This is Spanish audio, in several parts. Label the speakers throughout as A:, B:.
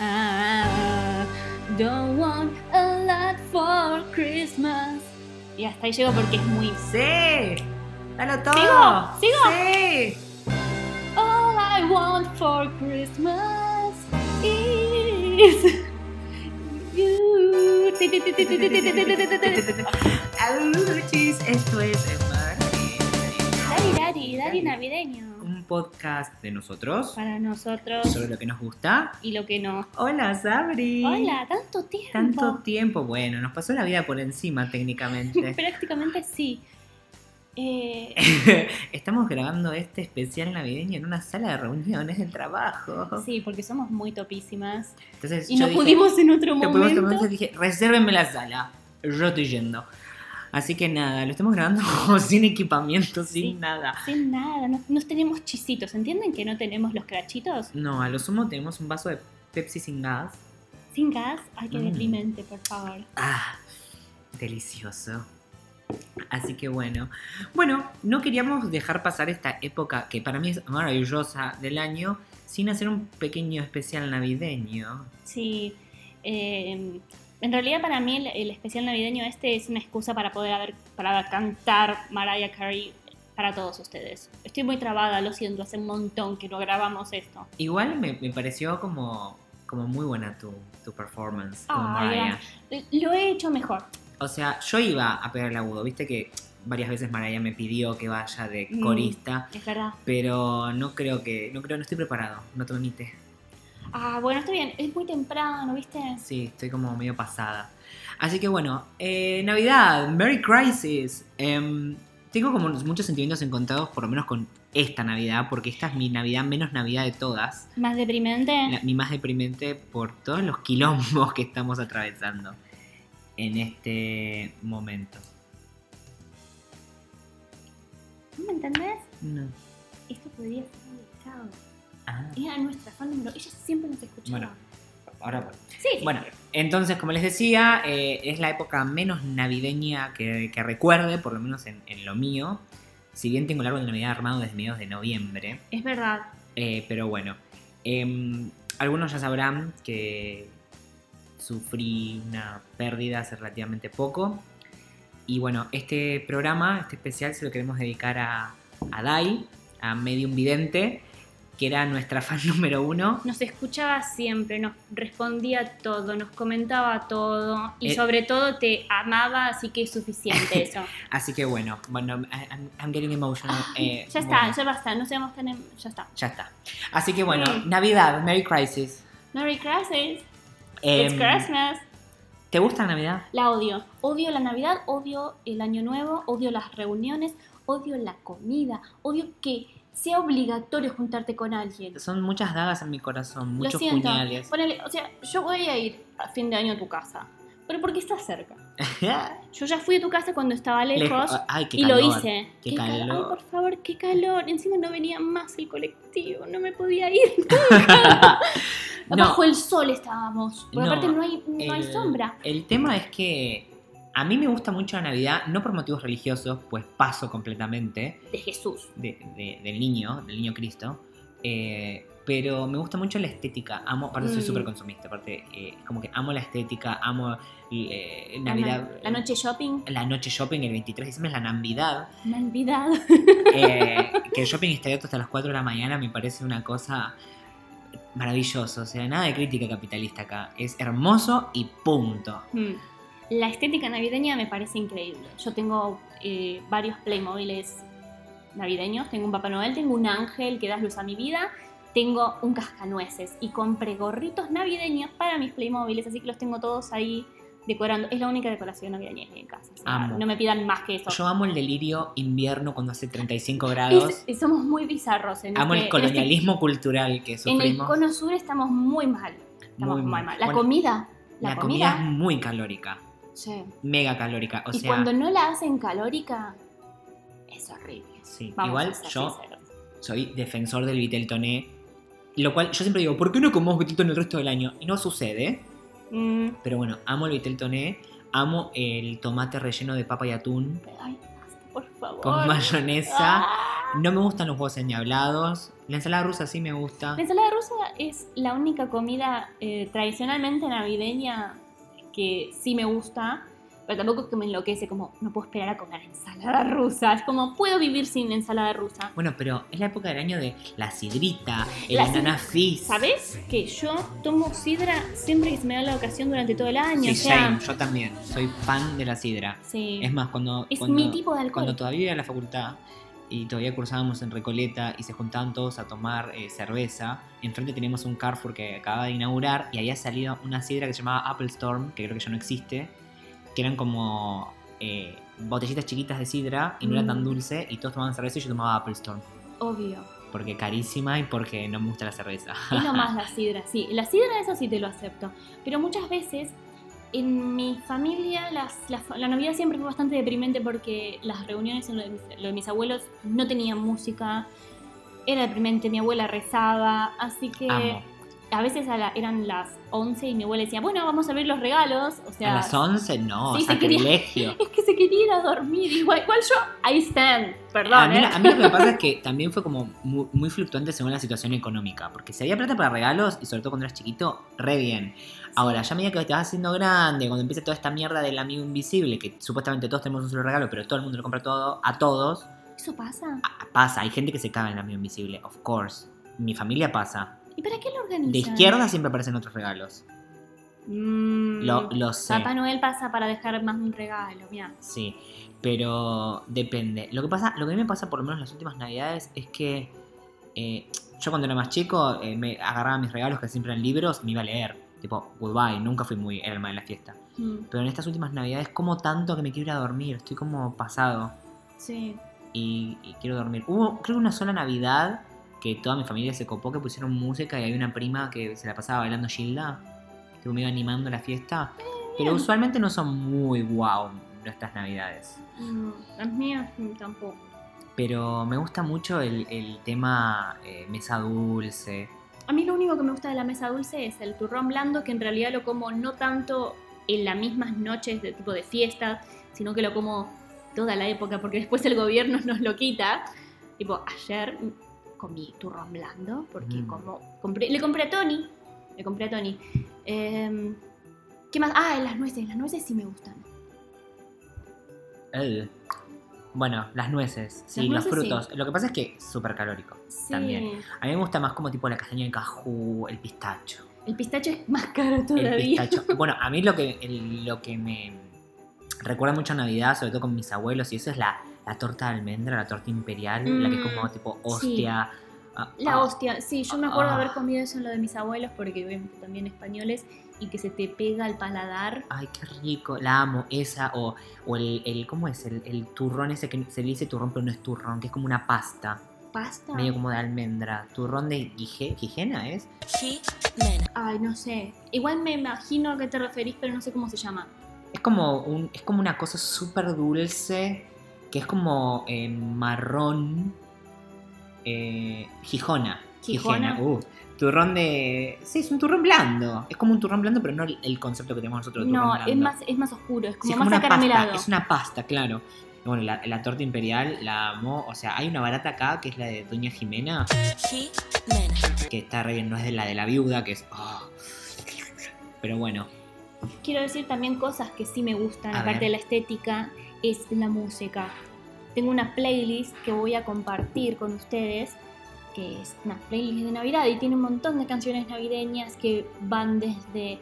A: I don't want a lot for Christmas. Y hasta ahí llego porque es muy.
B: Sí. Dalo todo.
A: ¿Sigo? ¿Sigo?
B: Sí.
A: All I want for Christmas is you. Ti, ti, ti, ti, ti, ti, ti, ti, ti, ti, ti, ti, ti.
B: Aluchis, esto es Embarque,
A: Daddy, daddy, daddy navideño.
B: un podcast de nosotros
A: Para nosotros
B: sobre lo que nos gusta.
A: y lo que no.
B: Hola, Sabri.
A: Hola, tanto tiempo.
B: Tanto tiempo, bueno, nos pasó la vida por encima técnicamente.
A: Prácticamente sí. Eh,
B: Estamos grabando este especial navideño en una sala de reuniones del trabajo.
A: sí, porque somos muy topísimas.
B: Entonces
A: Y
B: yo
A: no
B: dije-
A: pudimos en otro
B: No pudimos tomar,
A: momento.
B: entonces dije, resérvenme la sala, yo estoy yendo. Así que nada, lo estamos grabando sin equipamiento,
A: Sí.
B: sin nada.
A: Sin nada, no, no tenemos chisitos. ¿Entienden que no tenemos los crachitos?
B: No, a lo sumo tenemos un vaso de Pepsi sin gas.
A: Sin gas, hay que
B: Mm.
A: deprimente, por favor.
B: Ah, delicioso. Así que bueno. Bueno, no queríamos dejar pasar esta época que para mí es maravillosa del año sin hacer un pequeño especial navideño.
A: Sí. eh, en realidad para mí el, el especial navideño este es una excusa para poder haber, para cantar Mariah Carey para todos ustedes. Estoy muy trabada, lo siento, hace un montón que no grabamos esto.
B: Igual me, me pareció como, como muy buena tu, tu performance con
A: Ay,
B: Mariah.
A: Eh, Lo he hecho mejor.
B: O sea, yo iba a pegar el agudo, viste que varias veces Mariah me pidió que vaya de
A: Mm.
B: corista,
A: Es verdad.
B: pero no creo que, no creo, no estoy preparado, no tronite.
A: Ah, bueno, está bien. Es muy temprano, ¿viste?
B: Sí, estoy como medio pasada. Así que bueno, eh, Navidad, Merry Crisis. Em, tengo como muchos sentimientos encontrados, por lo menos con esta Navidad, porque esta es mi Navidad menos Navidad de todas.
A: Más deprimente.
B: la- mi más deprimente por todos los quilombos que estamos atravesando en este momento.
A: ¿No me entendés?
B: No.
A: Esto podría ser un dictado.
B: Ah,
A: Era nuestra fan número. Ella siempre nos escuchaba.
B: Bueno. ahora voy.
A: Sí, sí.
B: Eh, Bueno, entonces, como les decía, eh, es la época menos navideña que, que recuerde, por lo menos en, en lo mío. Si bien tengo el árbol de Navidad armado desde mediados de noviembre,
A: Es verdad.
B: eh, pero bueno, em, algunos ya sabrán que sufrí una pérdida hace relativamente poco. Y bueno, este programa, este especial, se lo queremos dedicar a, a Dai, a Medium Vidente, que era nuestra fan número uno.
A: Nos escuchaba siempre, nos respondía todo, nos comentaba todo y
B: Eh.
A: sobre todo te amaba, así que es suficiente eso.
B: Así que bueno, bueno, I- I'm, I'm getting emotional. eh,
A: ya está,
B: bueno,
A: ya basta, no seamos tan... em- Ya está.
B: ya está. Así que bueno,
A: Mm.
B: Navidad, Merry Crisis.
A: Merry Christmas. It's
B: Em,
A: Christmas.
B: ¿Te gusta Navidad?
A: La odio. Odio la Navidad, odio el Año Nuevo, odio las reuniones, odio la comida, odio que sea obligatorio juntarte con alguien.
B: Son muchas dagas en mi corazón, muchos
A: siento.
B: puñales.
A: Ponele, o sea, yo voy a ir a fin de año a tu casa, pero porque estás cerca. Yo ya fui a tu casa cuando estaba lejos.
B: Lejos. Ay, qué
A: y
B: calor.
A: lo hice.
B: qué
A: cal- Ay,
B: calor.
A: por favor, qué calor. Encima no venía más el colectivo, no me podía ir.
B: no,
A: Bajo el sol estábamos. Porque
B: No,
A: aparte no hay, no hay
B: el-
A: sombra.
B: El tema es que a mí me gusta mucho la Navidad, no por motivos religiosos, pues paso completamente.
A: De Jesús.
B: de- de- del niño, del niño Cristo. eh, pero me gusta mucho la estética. Amo, aparte soy
A: Mm.
B: súper consumista, aparte eh, como que amo la estética, amo eh,
A: La
B: Navidad. eh,
A: na- La, noche shopping,
B: La noche shopping, el 23 de diciembre es la Navidad.
A: Navidad.
B: eh, que el shopping esté abierto hasta las 4 de la mañana me parece una cosa maravillosa. O sea, nada de crítica capitalista acá. Es hermoso y punto.
A: Mm. La estética navideña me parece increíble. Yo tengo eh, varios Playmobiles navideños. Tengo un Papá Noel, tengo un ángel que das luz a mi vida. Tengo un cascanueces y compré gorritos navideños para mis Playmobiles, así que los tengo todos ahí decorando. Es la única decoración navideña que hay en casa. o sea,
B: Amo.
A: no me pidan más que eso.
B: Yo amo el delirio invierno cuando hace 35 grados.
A: Es- somos muy bizarros en
B: amo
A: este-
B: el
A: en este-
B: colonialismo cultural que
A: En, el
B: sufrimos.
A: cono sur estamos muy mal. Estamos
B: Muy
A: muy,
B: mal.
A: mal. La
B: Bueno,
A: comida. La,
B: La, comida.
A: comida.
B: es muy calórica,
A: sí.
B: mega calórica. O
A: y
B: sea,
A: cuando no la hacen calórica, es horrible.
B: sí,
A: Vamos
B: igual
A: a ser
B: yo
A: sinceros.
B: soy defensor del vitel toné, lo cual yo siempre digo, ¿por qué no comemos vitel toné el resto del año? Y no sucede,
A: Mm,
B: pero bueno, amo el vitel toné, amo el tomate relleno de papa y atún
A: pero ay, basta, por favor.
B: con mayonesa
A: Ah,
B: No me gustan los huevos endiablados. La ensalada rusa sí me gusta.
A: La ensalada rusa es la única comida eh, tradicionalmente navideña que sí me gusta, pero tampoco es que me enloquece, como no puedo esperar a comer ensalada rusa. Es como, puedo vivir sin ensalada rusa.
B: Bueno, pero es la época del año de la sidrita, el
A: La
B: ananá fizz.
A: ¿Sabes? Que yo tomo sidra siempre que se me da la ocasión durante todo el año.
B: Sí,
A: o sea,
B: same, yo también. Soy fan de la sidra.
A: sí.
B: Es más, cuando,
A: Es
B: cuando,
A: mi tipo de alcohol.
B: cuando todavía iba a la facultad y todavía cursábamos en Recoleta y se juntaban todos a tomar eh, cerveza, enfrente teníamos un Carrefour que acababa de inaugurar y había salido una sidra que se llamaba Apple Storm, que creo que ya no existe, que eran como eh, botellitas chiquitas de sidra y no era tan
A: Mm.
B: dulce y todos tomaban cerveza y yo tomaba Apple Storm,
A: Obvio.
B: porque carísima y porque no me gusta la cerveza.
A: Es lo más la sidra, sí. La sidra, eso sí te lo acepto. Pero muchas veces en mi familia las- las- la Navidad siempre fue bastante deprimente porque las reuniones en lo de mis, lo de mis abuelos no tenían música. Era deprimente, mi abuela rezaba, así que
B: Amo.
A: a veces a la- eran las 11 y mi abuela decía, bueno, vamos a abrir los regalos. O sea,
B: A las 11 no,
A: Sí, se quería-
B: sacrilegio.
A: es que se quería ir a dormir. Igual, igual yo, ahí stand, perdón.
B: A mí,
A: ¿eh?
B: a mí lo que me pasa es que también fue como muy, muy fluctuante según la situación económica. Porque si había plata para regalos, y sobre todo cuando eras chiquito, re bien. Ahora, ya a medida que te vas haciendo grande, cuando empieza toda esta mierda del amigo invisible, que supuestamente todos tenemos un solo regalo, pero todo el mundo lo compra todo, a todos,
A: ¿Eso pasa?
B: a- pasa. Hay gente que se caga en el amigo invisible, of course. Mi familia pasa.
A: ¿Y para qué lo organizan?
B: De izquierda siempre aparecen otros regalos.
A: Mm.
B: Lo, lo sé.
A: Papá Noel pasa para dejar más un regalo, mira.
B: Sí, pero depende. Lo que pasa, lo que a mí me pasa por lo menos en las últimas navidades es que eh, yo cuando era más chico eh, me agarraba mis regalos que siempre eran libros y me iba a leer. Tipo, goodbye, nunca fui muy el alma de la fiesta.
A: Mm,
B: Pero en estas últimas navidades como tanto que me quiero ir a dormir, estoy como pasado
A: sí.
B: y, y quiero dormir. Hubo, creo que una sola navidad que toda mi familia se copó, que pusieron música y hay una prima que se la pasaba bailando Gilda, que me iba animando la fiesta. Pero
A: bien.
B: usualmente no son muy wow nuestras navidades.
A: Mm, las mías mm, tampoco.
B: Pero me gusta mucho el, el tema eh, mesa dulce.
A: A mí lo único que me gusta de la mesa dulce es el turrón blando, que en realidad lo como no tanto en las mismas noches de tipo de fiestas, sino que lo como toda la época, porque después el gobierno nos lo quita. Tipo, ayer mm, comí turrón blando, porque
B: Mm.
A: como compré, le compré a Tony, le compré a Tony. Em, ¿Qué más? Ah, las nueces, las nueces sí me gustan.
B: Ugh. Bueno, las nueces, sí,
A: Las
B: los
A: nueces, sí.
B: frutos. Lo que pasa es que es súper calórico.
A: Sí.
B: También. A mí me gusta más como tipo la castaña de cajú, el pistacho.
A: El pistacho es más caro todavía.
B: El pistacho. Bueno, a mí lo que, el- lo que me recuerda mucho a Navidad, sobre todo con mis abuelos, y eso es la, la torta de almendra, la torta imperial, la que es
A: Mm,
B: como tipo hostia. Ah,
A: La
B: ah,
A: hostia, sí, yo me acuerdo de haber
B: Ah.
A: comido eso en lo de mis abuelos, porque obviamente también españoles, y que se te pega al paladar.
B: Ay, qué rico, la amo, esa, o, o el, el- ¿cómo es? El, el turrón ese que se le dice turrón, pero no es turrón, que es como una pasta,
A: Pasta.
B: medio como de almendra. Turrón de guije- quijena, ¿es?
A: Ay, no sé. Igual me imagino a qué te referís, pero no sé cómo se llama.
B: Es como, un, es como una cosa súper dulce, que es como eh, marrón, eh, gijona.
A: Gijona.
B: uh, turrón de... Sí, es un turrón blando, es como un turrón blando, pero no el, el concepto que tenemos nosotros de turrón
A: No,
B: blando.
A: es más, es más oscuro, es como
B: Sí, es
A: más
B: como una
A: acaramelado.
B: pasta, es una pasta, claro. Y Bueno, la, la torta imperial la amo. O sea, hay una barata acá que es la de Doña Jimena, que está re bien, no es de la de la viuda, que es. ah. Pero bueno,
A: Quiero decir también cosas que sí me gustan,
B: A
A: aparte
B: ver.
A: de la estética, es la música. Tengo una playlist que voy a compartir con ustedes, que es una playlist de Navidad y tiene un montón de canciones navideñas que van desde,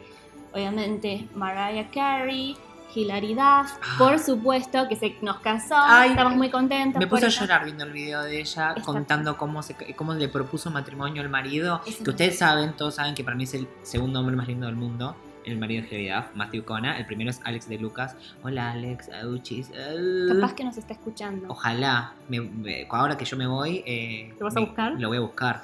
A: obviamente, Mariah Carey, Hilary Duff, por supuesto, que se nos casó,
B: Ah. Ay,
A: estamos muy contentos.
B: me
A: por
B: puse a
A: eso.
B: llorar viendo el video de ella
A: Está-
B: contando cómo, se, cómo le propuso matrimonio el marido.
A: Es
B: Que ustedes saben, todos saben que para mí es el segundo hombre más lindo del mundo. El marido de Hilary Duff, Matthew Cona. El primero es Alex de Lucas. Hola, Alex. Auchis. au.
A: Capaz que nos está escuchando.
B: Ojalá. Me- me- ahora que yo me voy. eh,
A: ¿Lo vas a
B: me-
A: buscar?
B: Lo voy a buscar.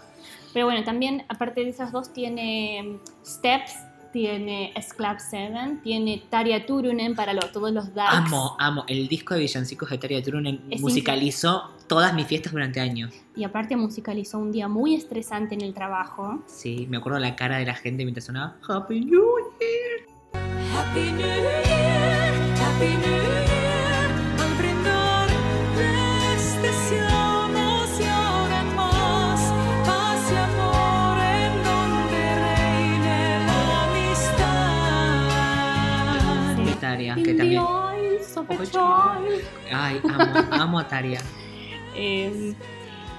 A: Pero bueno, también aparte de esas dos tiene mm, Steps, tiene S Club 7, tiene Tarja Turunen para lo- todos los darks.
B: Amo, amo. El disco de villancicos de Tarja Turunen
A: Es
B: musicalizó todas mis fiestas durante años.
A: Y aparte musicalizó un día muy estresante en el trabajo.
B: Sí, me acuerdo la cara de la gente mientras sonaba Happy New Year.
C: Happy New Year, Happy
B: este
C: New Year, al brindar les deseamos
A: Ay.
B: Ay, amo, amo a Taria.
A: Eh,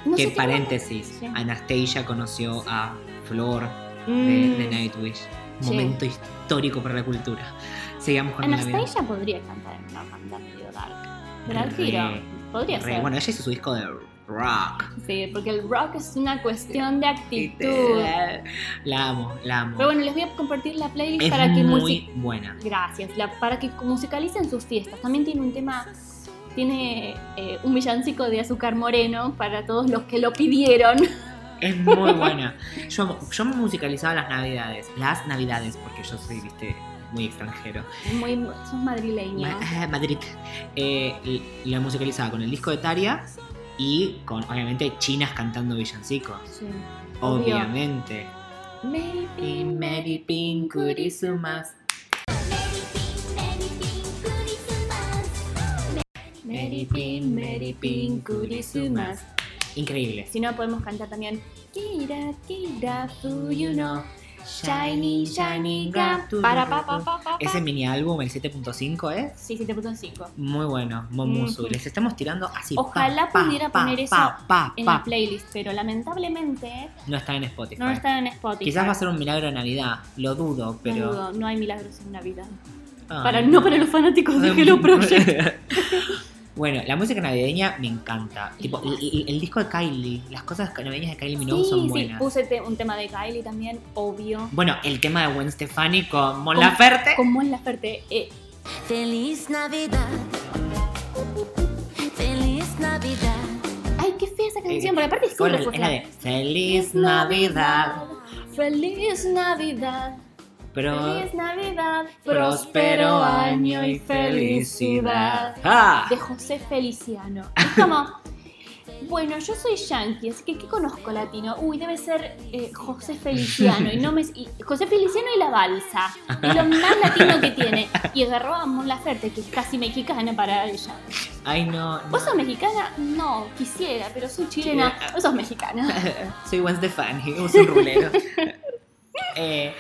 A: no
B: que
A: sé qué-
B: paréntesis,
A: Sí.
B: Anastasia conoció a Flor de,
A: Mm.
B: de Nightwish.
A: Sí.
B: Momento histórico para la cultura. Sigamos con la vida.
A: Anastasia podría cantar en una banda medio dark. Pero al tiro,
B: Re,
A: podría
B: Re-
A: ser.
B: Bueno, ella hizo su disco de rock.
A: Sí, porque el rock es una cuestión de actitud.
B: La amo, la amo.
A: Pero bueno, les voy a compartir la playlist
B: es
A: para que music-
B: muy buena.
A: Gracias, la- para que musicalicen sus fiestas. También tiene un tema, tiene eh, un villancico de azúcar moreno para todos los que lo pidieron.
B: Es muy buena. Yo, amo- yo me musicalizaba las navidades. Las navidades, porque yo soy, viste, muy extranjero.
A: Muy, sos madrileño.
B: Ma- ah, Madrid. Eh, y la musicalizaba con el disco de Taria y con, obviamente, chinas cantando villancicos.
A: Sí. Obvio.
B: Obviamente.
A: Maybe,
B: Y Mary Pink, Kurisumas.
A: Mary Pin, Mary Pin, Kurisumas.
B: Increíble.
A: Si no, podemos cantar también. Kira, Kira, Fuyu no. Shiny, shiny, ga. Para, pa, pa, pa, pa. pa.
B: Ese mini álbum, el 7.5, ¿eh?
A: Sí, 7.5.
B: Muy bueno, Momusu.
A: Ujú.
B: Les estamos tirando así.
A: Ojalá pudiera poner eso
B: pa,
A: En
B: pa.
A: la playlist, pero lamentablemente
B: No está en Spotify.
A: no está en Spotify.
B: Quizás va a ser un milagro de Navidad, lo dudo,
A: No
B: pero. Ah,
A: dudo, no hay milagros en la vida.
B: Ay.
A: Para, no para los fanáticos
B: Ah,
A: de Hello Project.
B: bueno, la música navideña me encanta. Tipo, el, el- el disco de Kylie, las cosas navideñas de Kylie Minogue son
A: sí, sí,
B: buenas.
A: puse te- un tema de Kylie también, obvio.
B: Bueno, el tema de Gwen Stefani con Mon
A: Con-
B: Laferte.
A: Como en la parte eh,
C: Feliz Navidad. Feliz Navidad.
A: Ay, qué fea esa
B: Eh,
A: canción, porque aparte es
B: con
A: súper
B: el- es la de
A: fuerte.
B: Feliz Navidad,
A: Feliz Navidad.
B: pero
A: Feliz Navidad.
B: próspero año y felicidad. ¡Ah!
A: De José Feliciano. Es como. Bueno, yo soy yankee, así que ¿qué conozco latino? Uy, debe ser eh, José Feliciano. Y no me, y- José Feliciano y la balsa. Es lo más latino que tiene. Y agarró a Mon Laferte, que es casi mexicana para ella.
B: Ay, no. no.
A: ¿Vos sos mexicana? No, quisiera, pero soy chilena. Vos sos mexicana.
B: Soy Gwen Stefani, uso un rulero. Eh,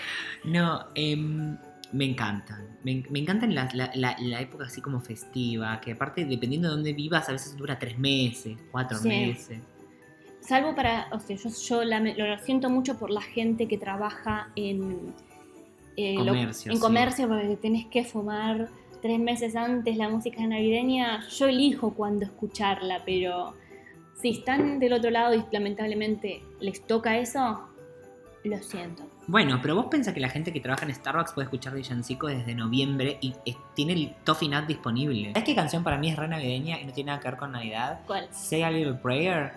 B: no, em, me encantan. Me, en- me encantan las- la, la- la época así como festiva, que aparte, dependiendo de dónde vivas, a veces dura tres meses, cuatro
A: Sí.
B: meses.
A: Salvo para, o sea, yo, yo la- lo siento mucho por la gente que trabaja en eh, lo-
B: Comercio,
A: en
B: sí.
A: comercio porque tenés que fumar tres meses antes la música navideña. Yo elijo cuándo escucharla, pero si están del otro lado y lamentablemente les toca eso, lo siento.
B: Bueno, pero vos pensás que la gente que trabaja en Starbucks puede escuchar Villancico desde noviembre y eh, tiene el Toffee Nut disponible. ¿Sabes qué canción para mí es re navideña y no tiene nada que ver con Navidad?
A: ¿Cuál?
B: Say a Little Prayer.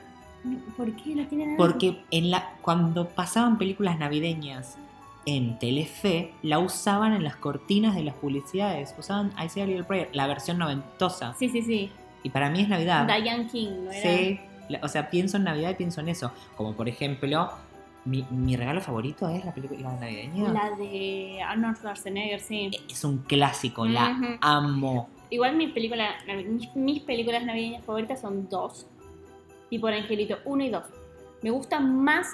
A: ¿Por qué no tiene nada?
B: Porque en la, cuando pasaban películas navideñas en Telefe, la usaban en las cortinas de las publicidades. Usaban I Say a Little Prayer, la versión noventosa.
A: Sí, sí, sí.
B: Y para mí es Navidad.
A: Diane King, ¿no era?
B: Ah. Sí, la- o sea, pienso en Navidad y pienso en eso. Como por ejemplo, mi, mi regalo favorito es la película navideña.
A: La de Arnold Schwarzenegger, sí.
B: Es un clásico, la
A: Ujú.
B: amo.
A: Igual mi película, mis, mis películas navideñas favoritas son dos. Y por Angelito, uno y dos. Me gusta más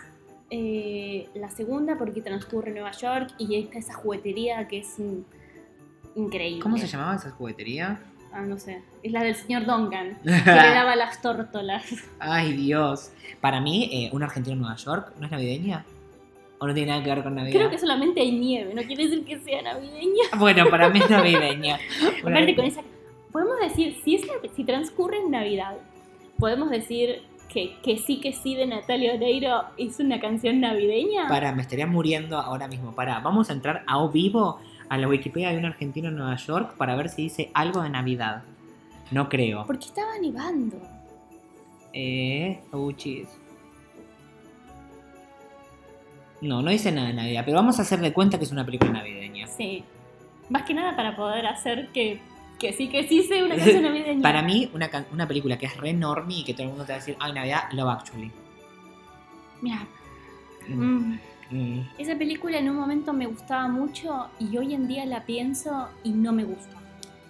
A: eh, la segunda porque transcurre en Nueva York y está esa juguetería que es mm, increíble.
B: ¿Cómo se llamaba esa juguetería?
A: Ah, no sé. Es la del señor Duncan, que le daba las tórtolas.
B: Ay, Dios. Para mí, eh, un argentino en Nueva York no es navideña. ¿O no tiene nada que ver con Navidad?
A: Creo que solamente hay nieve, no quiere decir que sea navideña.
B: Bueno, para mí es navideña. Una-
A: Aparte con esa... Podemos decir, si, es la- si transcurre en Navidad, podemos decir que, que sí, que sí de Natalia Oreiro es una canción navideña.
B: Para, me estaría muriendo ahora mismo. Para, vamos a entrar a o vivo a la Wikipedia de un argentino en Nueva York para ver si dice algo de Navidad. No creo.
A: Porque estaba nevando.
B: Eh, oh, chis. No, no dice nada de Navidad, pero vamos a hacer de cuenta que es una película navideña.
A: Sí. Más que nada para poder hacer que, que sí, que sí sea una canción navideña.
B: Para mí, una, can- una película que es re normie y que todo el mundo te va a decir, ay, Navidad, Love Actually.
A: Mira,
B: Mm,
A: mm,
B: mm.
A: esa película en un momento me gustaba mucho y hoy en día la pienso y no me gusta.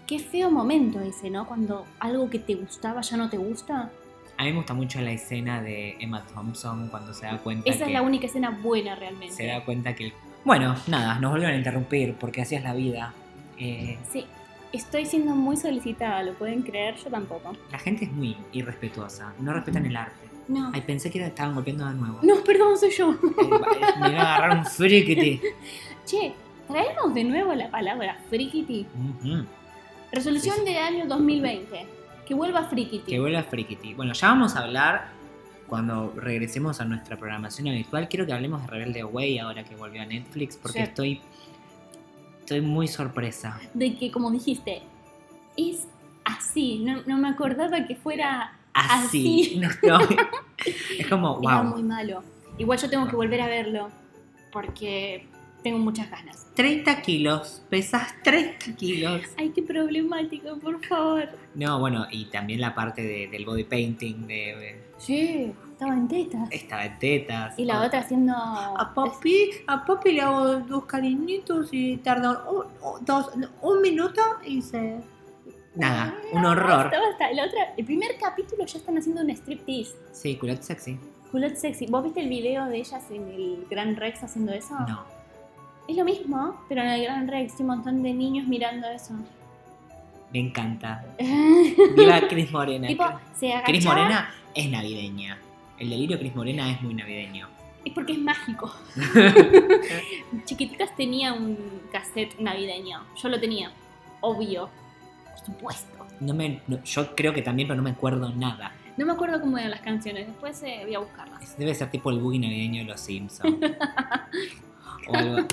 A: Qué feo momento ese, ¿no? Cuando algo que te gustaba ya no te gusta.
B: A mí me gusta mucho la escena de Emma Thompson cuando se da cuenta
A: Esa
B: que...
A: es la única escena buena realmente.
B: se da cuenta que... el- Bueno, nada, nos volvieron a interrumpir porque así es la vida. Eh,
A: Sí. Estoy siendo muy solicitada, ¿lo pueden creer? Yo tampoco.
B: La gente es muy irrespetuosa, no respetan el arte.
A: No.
B: Ay, pensé que era- estaban golpeando de nuevo.
A: No, perdón, soy yo.
B: Eh, va- me iba a agarrar un friquete.
A: Che, traemos de nuevo la palabra frikiti.
B: Ujú.
A: Resolución
B: Sí,
A: del año 2020. Que vuelva frikiti.
B: Que vuelva friquete. Bueno, ya vamos a hablar cuando regresemos a nuestra programación habitual. Quiero que hablemos de Rebelde Way ahora que volvió a Netflix, porque
A: Sí.
B: estoy. Estoy muy sorpresa.
A: de que, como dijiste, es así. No, no me acordaba que fuera.
B: Así.
A: Así.
B: No, no. Es como,
A: Era muy
B: wow.
A: malo. Igual yo
B: Ah.
A: tengo que volver a verlo porque tengo muchas ganas.
B: 30 kilos, pesas 30 kilos.
A: Ay, qué problemático, por favor.
B: No, bueno, y también la parte de- del body painting, de, de-
A: Sí, estaba en tetas.
B: estaba en tetas.
A: Y la
B: o-
A: otra haciendo.
D: A papi, a papi le hago dos cariñitos y tarda un, un- dos, un minuto y se... Ah,
B: Nada,
A: Ah,
B: un horror.
A: Basta, basta. La otra, el primer capítulo ya están haciendo un striptease.
B: Sí, culotte sexy.
A: Culotte sexy. ¿Vos viste el video de ellas en el Gran Rex haciendo eso?
D: Ah.
B: No.
A: Es lo mismo, pero en el Gran Rex hay un montón de niños mirando eso.
B: Me encanta. Viva Cris Morena.
A: tipo,
B: Cris-
A: se
B: Cris
A: agachaba.
B: Morena es navideña. El delirio Cris Morena es muy navideño.
A: Es porque es mágico. Chiquititas tenía un cassette navideño. Yo lo tenía. Obvio. Por supuesto.
B: No me, no- yo creo que también, pero no me acuerdo nada.
A: No me acuerdo cómo eran las canciones. Después eh, voy a buscarlas.
B: Debe ser tipo el boogie navideño de los Simpsons. O algo,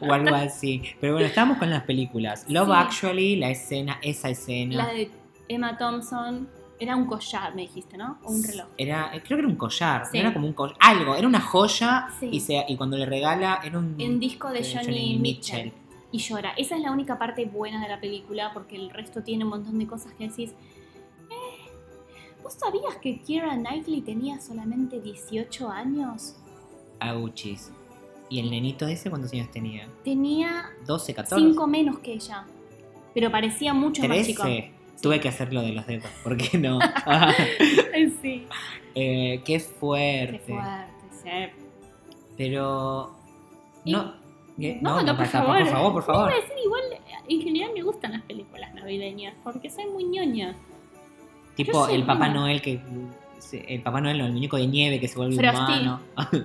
B: o algo así. Pero bueno, estábamos con las películas. Love
A: Sí.
B: Actually, la escena, esa escena.
A: La de Emma Thompson. Era un collar, me dijiste, ¿no? O un reloj.
B: Era, eh, creo que era un collar,
A: Sí.
B: no era como un collar, algo, era una joya
A: Sí.
B: y, se, y cuando le regala era un...
A: En disco Mm, de
B: eh,
A: Johnny, Mitchell. Y llora. Esa es la única parte buena de la película porque el resto tiene un montón de cosas que decís. "Eh, ¿Vos sabías que Kira Knightley tenía solamente 18 años?
B: Aguchis. ¿Y el nenito ese cuántos años tenía?
A: Tenía
B: 12, 14.
A: 5 menos que ella. Pero parecía mucho más chico.
B: 13. Tuve que hacer lo de los dedos, ¿por qué no?
A: Ay, sí.
B: Eh, qué
A: Qué
B: fuerte.
A: fuerte, sí.
B: Pero...
A: Y-
B: No, ¿qué?
A: No, no, por,
B: pasa,
A: favor.
B: por favor, por favor.
A: Iba a decir, igual, en general me gustan las películas navideñas porque soy muy ñoña.
B: Tipo
A: soy
B: el Papá
A: una-
B: Noel que... El Papá Noel, no, el muñeco de nieve que se vuelve
A: Frosty.
B: humano.
A: Sí.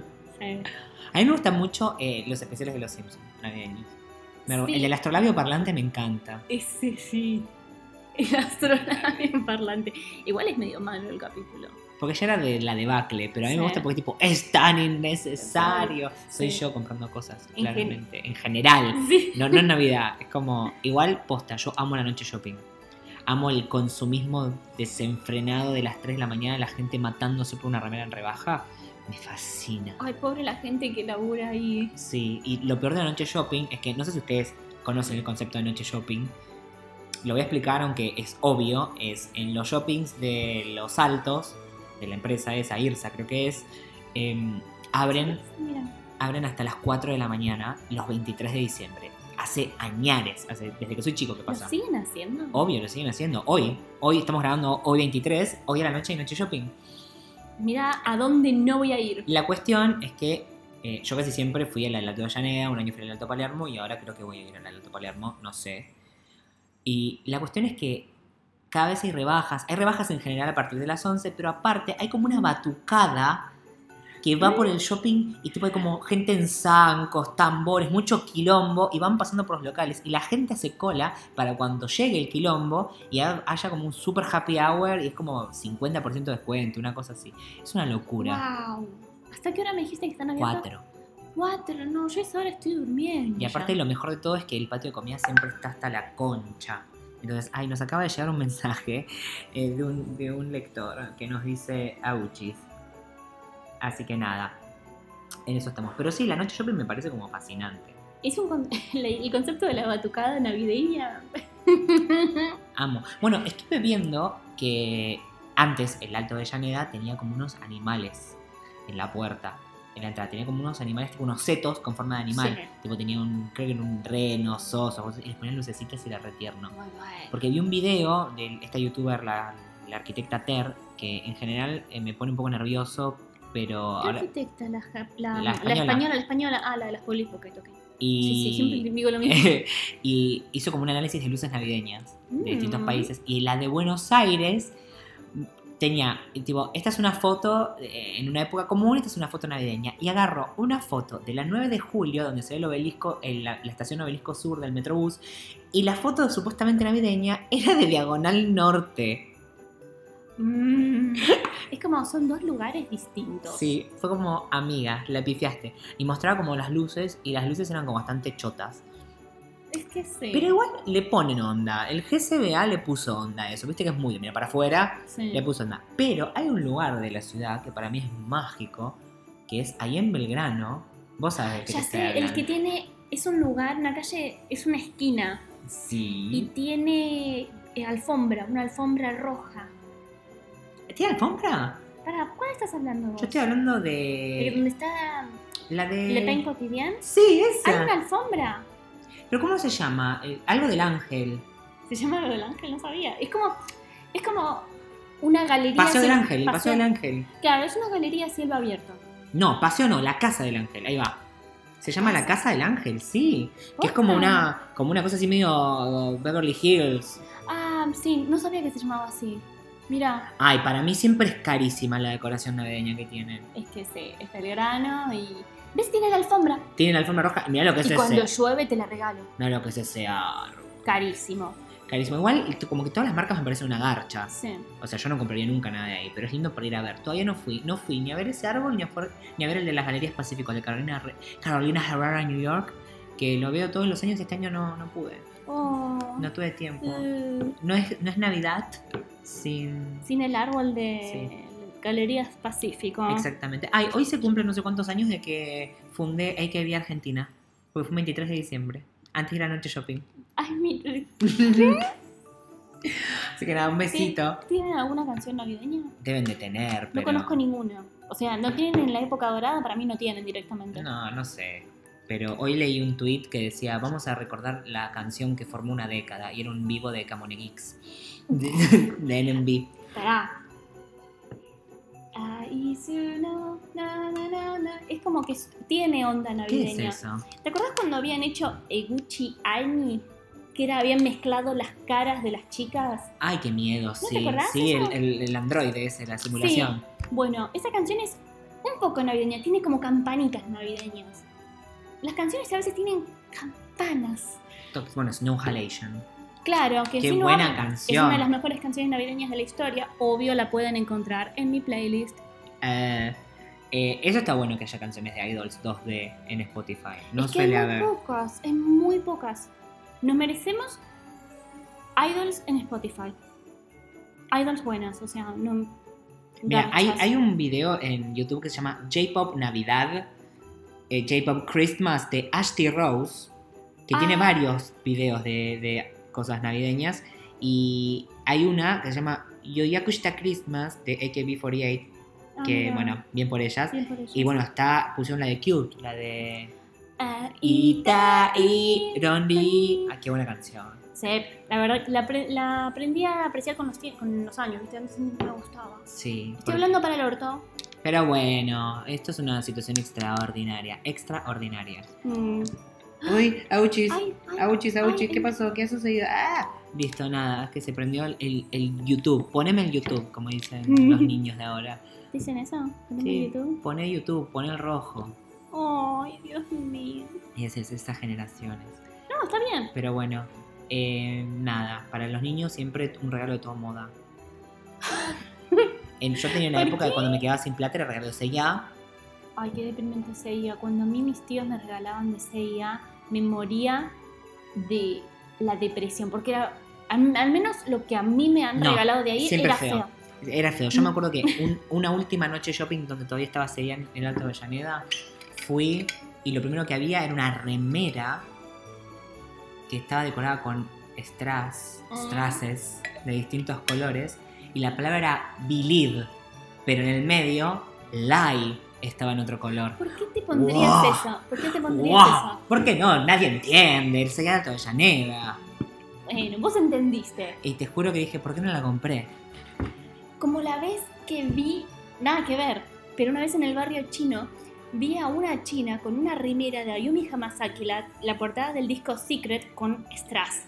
B: A mí me gustan mucho eh, los especiales de los Simpsons navideños. Me-
A: Sí.
B: El del astrolabio parlante me encanta.
A: Ese sí. El astronave en parlante. Igual es medio malo el capítulo.
B: Porque ya era de la debacle, pero a mí
A: Sí.
B: me gusta porque tipo, es tan innecesario. Soy
A: Sí.
B: yo comprando cosas,
A: En gen-
B: claramente. En general.
A: Sí.
B: No, no en Navidad. Es como, igual posta, yo amo la noche shopping. Amo el consumismo desenfrenado de las 3 de la mañana, la gente matándose por una remera en rebaja. Me fascina.
A: Ay, pobre la gente que labura ahí.
B: Sí, y lo peor de la noche shopping es que no sé si ustedes conocen el concepto de noche shopping. Lo voy a explicar, aunque es obvio, es en los shoppings de los altos, de la empresa esa, IRSA creo que es, em, abren,
A: Mira.
B: abren hasta las 4 de la mañana, los 23 de diciembre. Hace añares, hace- desde que soy chico que
A: ¿Lo
B: pasa. Oh.
A: siguen haciendo?
B: Obvio, lo siguen haciendo. Hoy, hoy estamos grabando hoy 23, hoy a la noche hay noche shopping.
A: Mira a dónde no voy a ir.
B: La cuestión es que eh, yo casi siempre fui a la del Alto Avellaneda, un año fui al Alto Palermo y ahora creo que voy a ir al Alto Palermo, no sé. Y la cuestión es que cada vez hay rebajas. Hay rebajas en general a partir de las 11, pero aparte hay como una batucada que va por el shopping y tipo hay como gente en zancos, tambores, mucho quilombo y van pasando por los locales y la gente hace cola para cuando llegue el quilombo y ha- haya como un super happy hour y es como 50% de descuento, una cosa así. Es una locura.
A: Wow. ¿Hasta qué hora me dijiste que están abiertas?
B: Cuatro.
A: Cuatro, no, yo a esa hora estoy durmiendo.
B: Y aparte
A: ya.
B: lo mejor de todo es que el patio de comida siempre está hasta la concha. Entonces, ay, nos acaba de llegar un mensaje eh, de, un, de un lector que nos dice auchis. Así que nada, en eso estamos. Pero sí, la noche shopping me parece como fascinante.
A: Es un con- el concepto de la batucada navideña.
B: Amo. Bueno, estuve viendo que antes el Alto de Llaneda tenía como unos animales en la puerta, en la entrada. Tenía como unos animales, tipo unos setos con forma de animal.
A: Sí.
B: Tipo tenía un, creo que era un reno, oso, cosas- y les ponían lucecitas y era retierno.
A: Muy bueno.
B: Porque vi un video de esta youtuber, la, la arquitecta Ter, que en general eh, me pone un poco nervioso, pero
A: ¿Qué
B: ahora
A: arquitecta? La, ja- la-
B: La
A: la
B: española.
A: española, la española. Ah, la de las polis, ok, ok. Sí, sí, siempre
B: Y,
A: digo lo mismo.
B: y hizo como un análisis de luces navideñas de distintos
A: Mm.
B: países. Y la de Buenos Aires tenía, tipo, esta es una foto eh, en una época común, esta es una foto navideña. Y agarro una foto de la 9 de julio, donde se ve el obelisco, el- la, la estación obelisco sur del Metrobús. Y la foto supuestamente navideña era de Diagonal Norte.
A: Mm. Es como son dos lugares distintos.
B: Sí, fue como amigas, la pifiaste. Y mostraba como las luces, y las luces eran como bastante chotas.
A: Es que sí.
B: Pero igual le ponen onda. El GCBA le puso onda a eso. Viste que es muy de mira para afuera,
A: Sí.
B: le puso onda. Pero hay un lugar de la ciudad que para mí es mágico, que es ahí en Belgrano. Vos sabés de qué
A: Ya
B: te
A: sé, el
B: hablan.
A: que tiene. Es un lugar, una calle, es una esquina. Y
B: Sí.
A: tiene eh, alfombra, una alfombra roja.
B: ¿Tiene alfombra?
A: Para, ¿cuál estás hablando vos?
B: Yo estoy hablando
A: Eh,
B: de...
A: ¿Dónde está
B: La de...
A: Le Pen Quotidien?
B: Sí,
A: Hay
B: esa.
A: una alfombra.
B: Pero ¿cómo se llama? Eh, Algo del ángel.
A: Se llama lo del ángel, no sabía. Es como, es como una galería.
B: Paseo del
A: ciel-
B: ángel, el paseo del ángel.
A: Claro, es una galería a cielo abierto.
B: No, paseo no, la casa del ángel, ahí va. Se llama la casa del ángel, sí. Que es como
A: Posta.
B: una, como una cosa así medio Beverly Hills.
A: Ah, sí, no sabía que se llamaba así. Mira,
B: Ay, para mí siempre es carísima la decoración navideña que tienen.
A: es que se, es Belgrano y. ¿Ves? Tiene la alfombra.
B: Tienen la alfombra roja, mira lo que es
A: y cuando
B: ese.
A: llueve te la regalo.
B: Mira lo que es ese ar-
A: Carísimo.
B: Carísimo. Igual, t- como que todas las marcas me parecen una garcha.
A: Sí.
B: O sea, yo no compraría nunca nada de ahí, pero es lindo para ir a ver. Todavía no fui, no fui ni a ver ese árbol, ni a, por- ni a ver el de las Galerías Pacífico de Carolina, Re- Carolina Herrera en New York, que lo veo todos los años y este año no, no pude.
A: Oh.
B: No tuve tiempo.
A: Eh,
B: No es, no es Navidad sin...
A: sin el árbol de Galerías Pacífico.
B: Exactamente. Ay, hoy se cumplen no sé cuántos años de que fundé AKB Argentina. Porque fue un 23 de diciembre. Antes de ir a noche shopping.
A: Ay, mira,
B: Así que nada, un besito.
A: ¿tienen alguna canción navideña?
B: Deben de tener,
A: No
B: pero...
A: conozco ninguna. O sea, no tienen en la época dorada, para mí no tienen directamente.
B: No, no sé. Pero hoy leí un tweet que decía, vamos a recordar la canción que formó una década. Y era un vivo de Camone Geeks. De, de NMB.
A: Pará. Ah, y si no, na, na, na, na. Es como que s- tiene onda
B: ¿Qué es
A: navideña.
B: eso?
A: ¿Te acordás cuando habían hecho Eguchi Ani? Que era, habían mezclado las caras de las chicas.
B: Ay, qué miedo, sí.
A: acordás
B: sí, el,
A: eso?
B: el, el androide ese, la simulación.
A: Bueno, esa canción es un poco navideña, tiene como campanitas navideñas. Las canciones a veces tienen campanas.
B: To- Bueno, Snow Halation.
A: Claro, que
B: Qué
A: si no,
B: buena
A: Es
B: canción.
A: una de las mejores canciones navideñas de la historia. Obvio, la pueden encontrar en mi playlist.
B: Eh, eh, eso está bueno que haya canciones de Idols 2D en Spotify. No
A: es que hay
B: suele
A: muy
B: haber.
A: pocas, hay muy pocas. Nos merecemos idols en Spotify. Idols buenas, o sea, no.
B: Mira, hay,
A: garchas.
B: hay un video en YouTube que se llama J-Pop Navidad, eh, J-Pop Christmas de Ashley Rose, que tiene
A: Ah.
B: varios videos de, de cosas navideñas. Y hay una que se llama Yoyakushita Christmas de AKB48,
A: Ah,
B: que
A: mira,
B: bueno, bien por ellas.
A: bien por ellos.
B: Y bueno, está, pusieron la de Cute, la de
A: Ah, y-
B: Ita y Rondi. Ah, qué buena canción.
A: Sí, la verdad, la, apre- la aprendí a apreciar con los, tie- con los años, ¿viste? Antes no me gustaba.
B: Sí.
A: Estoy
B: por-
A: hablando para el orto.
B: Pero bueno, esto es una situación extraordinaria, extraordinaria.
A: Mm.
B: Uy, auchis,
A: Ay, ay,
B: auchis, auchis,
A: ay,
B: ¿qué
A: ay.
B: pasó? ¿Qué ha sucedido? ¡Ah! Listo, nada, es que se prendió el, el YouTube. Poneme el YouTube, como dicen los niños de ahora.
A: ¿Dicen eso? ¿En
B: Sí,
A: YouTube?
B: pone YouTube, pone el rojo.
A: Ay, Dios mío.
B: Y es, es estas generaciones.
A: No, está bien.
B: Pero bueno, eh, nada, para los niños siempre un regalo de toda moda. En- yo tenía una
A: ¿Por
B: época de cuando me quedaba sin plata era regalo de CIA.
A: Ay, qué deprimente CIA. Cuando a mí mis tíos me regalaban de CIA, me moría de la depresión. Porque era, al, al menos lo que a mí me han
B: No,
A: regalado de ahí
B: siempre
A: era
B: feo.
A: feo.
B: Era feo. Yo me acuerdo que un- una última noche shopping donde todavía estaba Sería en el Alto Avellaneda, fui y lo primero que había era una remera que estaba decorada con strass,
A: Ah.
B: strasses de distintos colores y la palabra era believe, pero en el medio lie estaba en otro color.
A: ¿Por qué te pondrías
B: Wow.
A: eso? ¿Por qué te pondrías
B: ¡Wow!
A: eso?
B: ¿Por qué no? Nadie entiende. El Sería del Alto Avellaneda.
A: Bueno, vos entendiste.
B: Y te juro que dije, ¿por qué no la compré?
A: Como la vez que vi, nada que ver, pero una vez en el barrio chino vi a una china con una remera de Ayumi Hamasaki, la, la portada del disco Secret con Strass.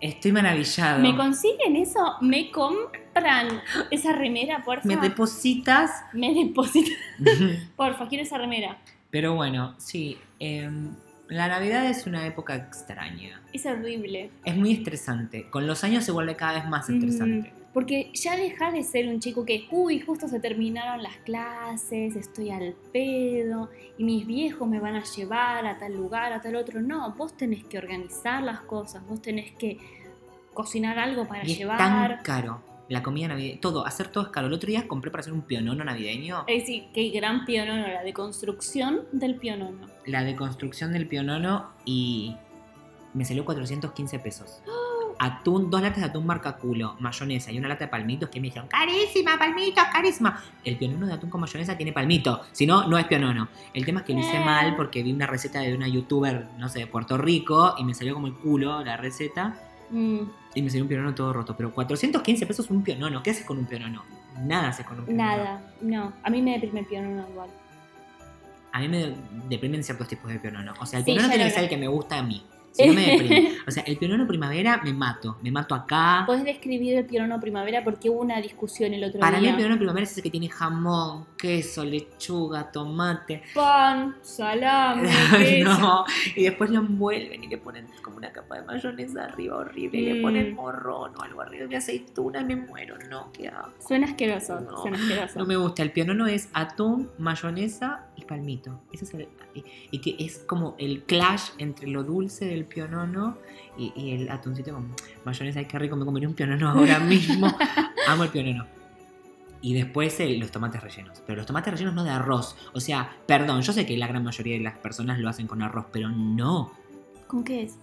B: Estoy maravillado.
A: ¿Me consiguen eso? ¿Me compran esa remera, porfa?
D: Me depositas.
A: Me depositan. Porfa, quiero esa remera.
B: Pero bueno, sí. em, la Navidad es una época extraña.
A: Es horrible.
B: Es muy estresante. Con los años se vuelve cada vez más estresante.
A: Mm, Porque ya deja de ser un chico que, uy, justo se terminaron las clases, estoy al pedo, y mis viejos me van a llevar a tal lugar, a tal otro. No, vos tenés que organizar las cosas, vos tenés que cocinar algo para
B: y es
A: llevar.
B: tan caro. La comida navideña. Todo, hacer todo es caro. El otro día compré para hacer un pionono navideño.
A: Es decir, qué gran pionono, la de construcción del pionono.
B: La deconstrucción del pionono y me salió 415 pesos. Atún, dos latas de atún marca culo, mayonesa y una lata de palmitos que me dijeron, carísima, palmitos, carísima. El pionono de atún con mayonesa tiene palmito, si no, no es pionono. El tema es que lo hice
A: Eh.
B: mal porque vi una receta de una youtuber, no sé, de Puerto Rico y me salió como el culo la receta
A: Mm,
B: y me salió un pionono todo roto. Pero 415 pesos un pionono, ¿qué haces con un pionono? Nada haces con un pionono.
A: nada, no. A mí me deprime el pionono igual.
B: A mí me deprimen ciertos tipos de pionono. O sea, el
A: Sí,
B: pionono
A: ya
B: tiene
A: lo
B: que ser
A: sé.
B: el que me gusta a mí. Si no me deprime. O sea, el pionono primavera me mato. Me mato acá.
A: ¿Puedes describir el pionono primavera? Porque hubo una discusión el otro
B: Para mí
A: día.
B: el pionono primavera es ese que tiene jamón, queso, lechuga, tomate.
A: Pan, salame, queso.
B: no. Y después lo envuelven y le ponen como una capa de mayonesa arriba horrible. Y le
A: Mm.
B: ponen morrón o algo arriba de aceituna y me muero. No, qué asco.
A: Suena asqueroso,
B: No,
A: suena asqueroso.
B: No me gusta, el pionono es atún, mayonesa y palmito. Ese es el, y, y que es como el clash entre lo dulce del pionono y, y el atuncito con mayonesa. Ay, qué rico, me comería un pionono ahora mismo. Amo el pionono. Y después eh, los tomates rellenos. Pero los tomates rellenos no de arroz. O sea, perdón, yo sé que la gran mayoría de las personas lo hacen con arroz, pero no.
A: ¿Con qué es?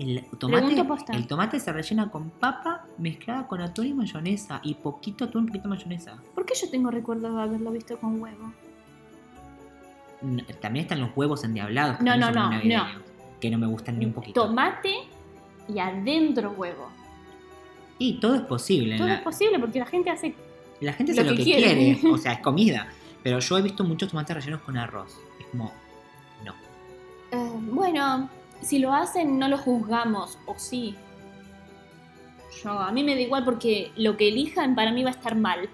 B: El tomate,
A: Pregunto posta.
B: el tomate se rellena con papa mezclada con atún y mayonesa. Y poquito atún, poquito mayonesa.
A: ¿Por qué yo tengo recuerdos de haberlo visto con huevo?
B: No, también están los huevos endiablados. que
A: No,
B: también
A: no,
B: son
A: no,
B: muy navideños, Que no me gustan ni un poquito.
A: Tomate y adentro huevo.
B: Y todo es posible.
A: Todo
B: la,
A: es posible porque la gente hace.
B: la gente
A: lo
B: hace lo que
A: que
B: quiere.
A: quiere.
B: O sea, es comida. Pero yo he visto muchos tomates rellenos con arroz. Es como, no.
A: eh, bueno, si lo hacen, no lo juzgamos, o sí. Yo, a mí me da igual porque lo que elijan para mí va a estar mal.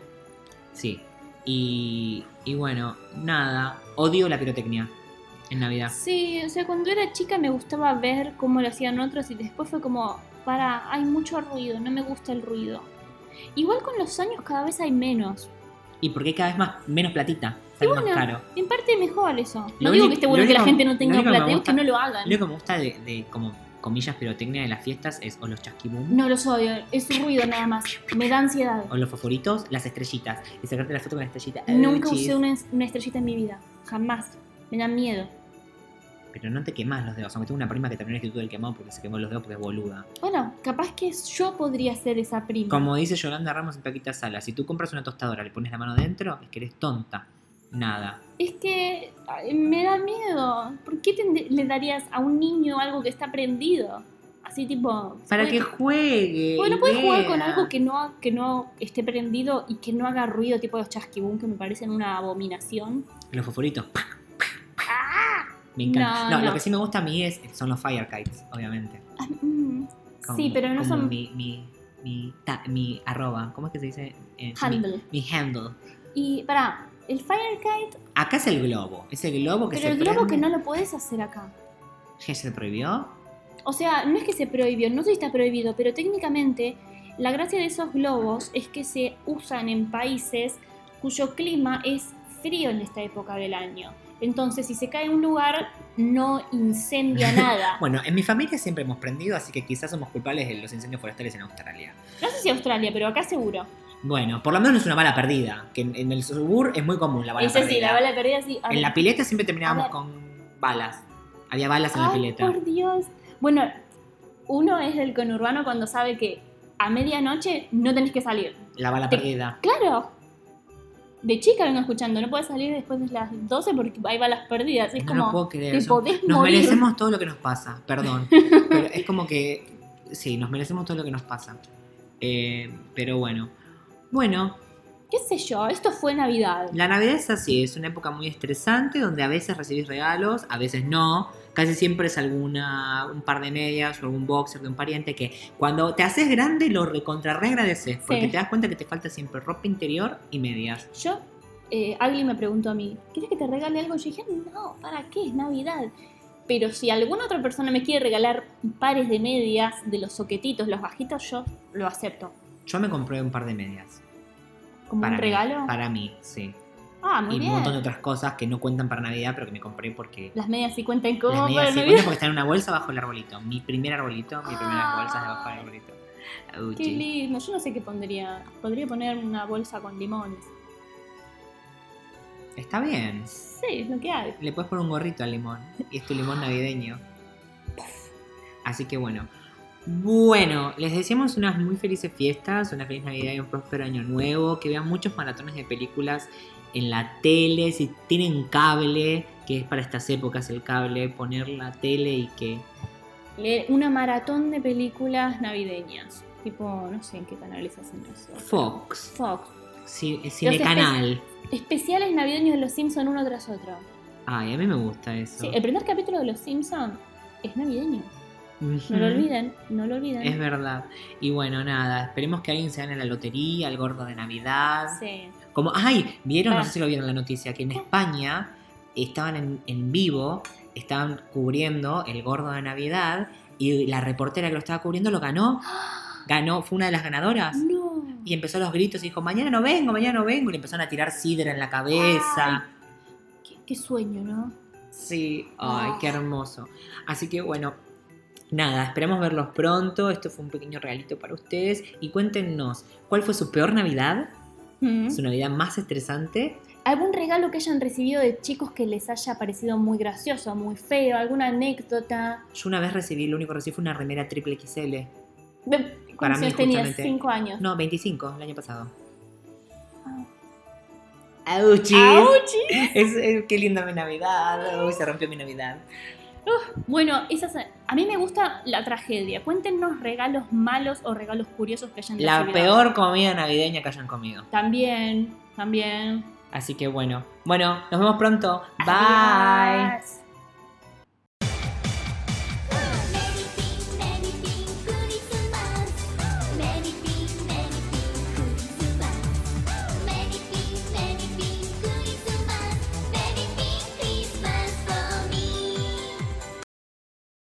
B: Sí. Y, y bueno, nada. Odio la pirotecnia en Navidad.
A: Sí, o sea, cuando era chica me gustaba ver cómo lo hacían otros y después fue como, para, hay mucho ruido, no me gusta el ruido. Igual con los años cada vez hay menos.
B: Y porque hay cada vez más, menos platita. Sale más
A: bueno,
B: caro.
A: En parte mejor eso. No
B: Lo
A: digo
B: único-
A: que esté
B: lo
A: bueno que la
B: único-
A: gente no
B: lo
A: tenga
B: único que me
A: plata, digo
B: gusta-
A: que no lo hagan.
B: Lo que me gusta de, de como comillas pirotecnia de las fiestas es o los chasquibum.
A: No los odio, es un ruido nada más. Me da ansiedad.
B: O los favoritos, las estrellitas. Y sacarte la foto con la estrellita.
A: Nunca
B: Ay, chis.
A: usé una, una estrellita en mi vida, jamás. Me da miedo.
B: Pero no te quemas los dedos. Aunque tengo una prima que terminó el instituto del quemado porque se quemó los dedos porque es boluda.
A: Bueno, capaz que yo podría ser esa prima.
B: Como dice Yolanda Ramos en Paquita Sala, si tú compras una tostadora, le pones la mano dentro, es que eres tonta. Nada.
A: Es que ay, me da miedo. ¿Por qué tende- le darías a un niño algo que está prendido? Así tipo... se
B: Para
A: puede-
B: que juegue.
A: Bueno, puedes jugar con
B: idea.
A: algo que no, que no esté prendido y que no haga ruido, tipo los chasquibum, que me parecen una abominación.
B: Los fosforitos. Me encanta. No,
A: Ah. No,
B: lo
A: no.
B: que sí me gusta a mí es, son los fire kites, obviamente.
A: Ah, mm,
B: Como-
A: sí, pero no
B: como
A: son
B: Mi, mi, mi, ta- mi arroba. ¿Cómo es que se dice? Eh,
A: handle.
B: Mi, mi handle.
A: Y pará, el Firekite,
B: Acá es el globo. Es el globo que
A: pero
B: se
A: el globo
B: prende.
A: que no lo podés hacer acá.
B: ¿Ya se prohibió?
A: O sea, no es que se prohibió, no sé si está prohibido, pero técnicamente la gracia de esos globos es que se usan en países cuyo clima es frío en esta época del año. Entonces, si se cae en un lugar, no incendia nada.
B: Bueno, en mi familia siempre hemos prendido, así que quizás somos culpables de los incendios forestales en Australia.
A: No sé si Australia, pero acá seguro.
B: Bueno, por lo menos es una bala perdida, que en, en el sur es muy común la bala
A: Eso sí,
B: perdida.
A: la bala perdida sí. a
B: En la
A: ver.
B: pileta siempre terminábamos
A: A ver.
B: con balas. Había balas en la
A: Ay,
B: pileta.
A: Por Dios. Bueno, uno es del conurbano cuando sabe que a medianoche no tenés que salir.
B: La bala
A: Te-
B: perdida.
A: Claro. De chica vengo escuchando, no puedes salir después de las 12 porque hay balas perdidas. Es
B: no
A: como,
B: lo puedo creer.
A: te
B: yo-
A: podés
B: nos
A: morir.
B: merecemos todo lo que nos pasa, perdón. pero es como que. Sí, nos merecemos todo lo que nos pasa. Eh, pero bueno. Bueno,
A: qué sé yo, esto fue Navidad.
B: La Navidad es así, es una época muy estresante donde a veces recibís regalos, a veces no. Casi siempre es alguna, un par de medias o algún boxer de un pariente que cuando te haces grande lo recontrarre agradeces porque
A: Sí.
B: te das cuenta que te falta siempre ropa interior y medias.
A: Yo, eh, Agli me preguntó a mí, ¿quieres que te regale algo? Yo dije, no, ¿para qué? Es Navidad. Pero si alguna otra persona me quiere regalar pares de medias de los soquetitos, los bajitos, yo lo acepto.
B: Yo me compré un par de medias.
A: ¿Como
B: Para
A: un
B: mí,
A: regalo?
B: Para mí, sí.
A: Ah, muy
B: y
A: bien.
B: un montón de otras cosas que no cuentan para Navidad, pero que me compré porque
A: Las medias sí cuentan como
B: las medias
A: para
B: sí
A: Navidad.
B: cuentan porque están en una bolsa bajo el arbolito. Mi primer arbolito, mi primera
A: Ah.
B: bolsa debajo del arbolito.
A: Qué
B: Auchi.
A: lindo, yo no sé qué pondría. Podría poner una bolsa con limones.
B: Está bien.
A: Sí, es lo que hay.
B: Le puedes poner un gorrito al limón. Y es tu limón navideño. Así que bueno. Bueno, les deseamos unas muy felices fiestas, una feliz Navidad y un próspero año nuevo. Que vean muchos maratones de películas en la tele. Si tienen cable, que es para estas épocas el cable, poner la tele y que.
A: Le- Eh, Una maratón de películas navideñas. Tipo, no sé en qué canales hacen eso.
B: Fox,
A: Fox.
B: ci- Cinecanal.
A: Especiales navideños de Los Simpson uno tras otro.
B: Ay, a mí me gusta eso.
A: Sí, el primer capítulo de Los Simpson es navideño.
B: Ujú.
A: No lo olviden, no lo olviden.
B: Mm. Es verdad. Y bueno, nada, esperemos que alguien se gane la lotería, el gordo de Navidad.
A: Sí.
B: Como, ay, vieron, no
A: Ah.
B: sé si lo vieron la noticia, que en España estaban en, en vivo, estaban cubriendo el gordo de Navidad y la reportera que lo estaba cubriendo lo ganó. Ganó, fue una de las ganadoras.
A: No.
B: Y empezó los gritos y dijo, mañana no vengo, mañana no vengo. Y le empezaron a tirar sidra en la cabeza.
A: Qué, qué sueño, ¿no?
B: Sí, ay, qué hermoso. Así que bueno, nada, esperamos verlos pronto. Esto fue un pequeño regalito para ustedes. Y cuéntenos, ¿cuál fue su peor Navidad?
A: Mm.
B: ¿Su Navidad más estresante?
A: ¿Algún regalo que hayan recibido de chicos que les haya parecido muy gracioso, muy feo? ¿Alguna anécdota?
B: Yo una vez recibí, lo único que recibí fue una remera triple XL.
A: De-
B: Para mí,
A: cuando tenía
B: justamente.
A: 5 años.
B: No, 25, el año pasado.
A: Ah.
B: ¡Auchi!
A: ¡Auchi!
B: Es, es- ¡Qué linda mi Navidad! Uy, se rompió mi Navidad.
A: Bueno, esas, a mí me gusta la tragedia. Cuéntenos regalos malos o regalos curiosos que hayan
B: La
A: recibido.
B: peor comida navideña que hayan comido.
A: También, también.
B: Así que bueno. Bueno, nos vemos pronto. Bye.
A: Adiós.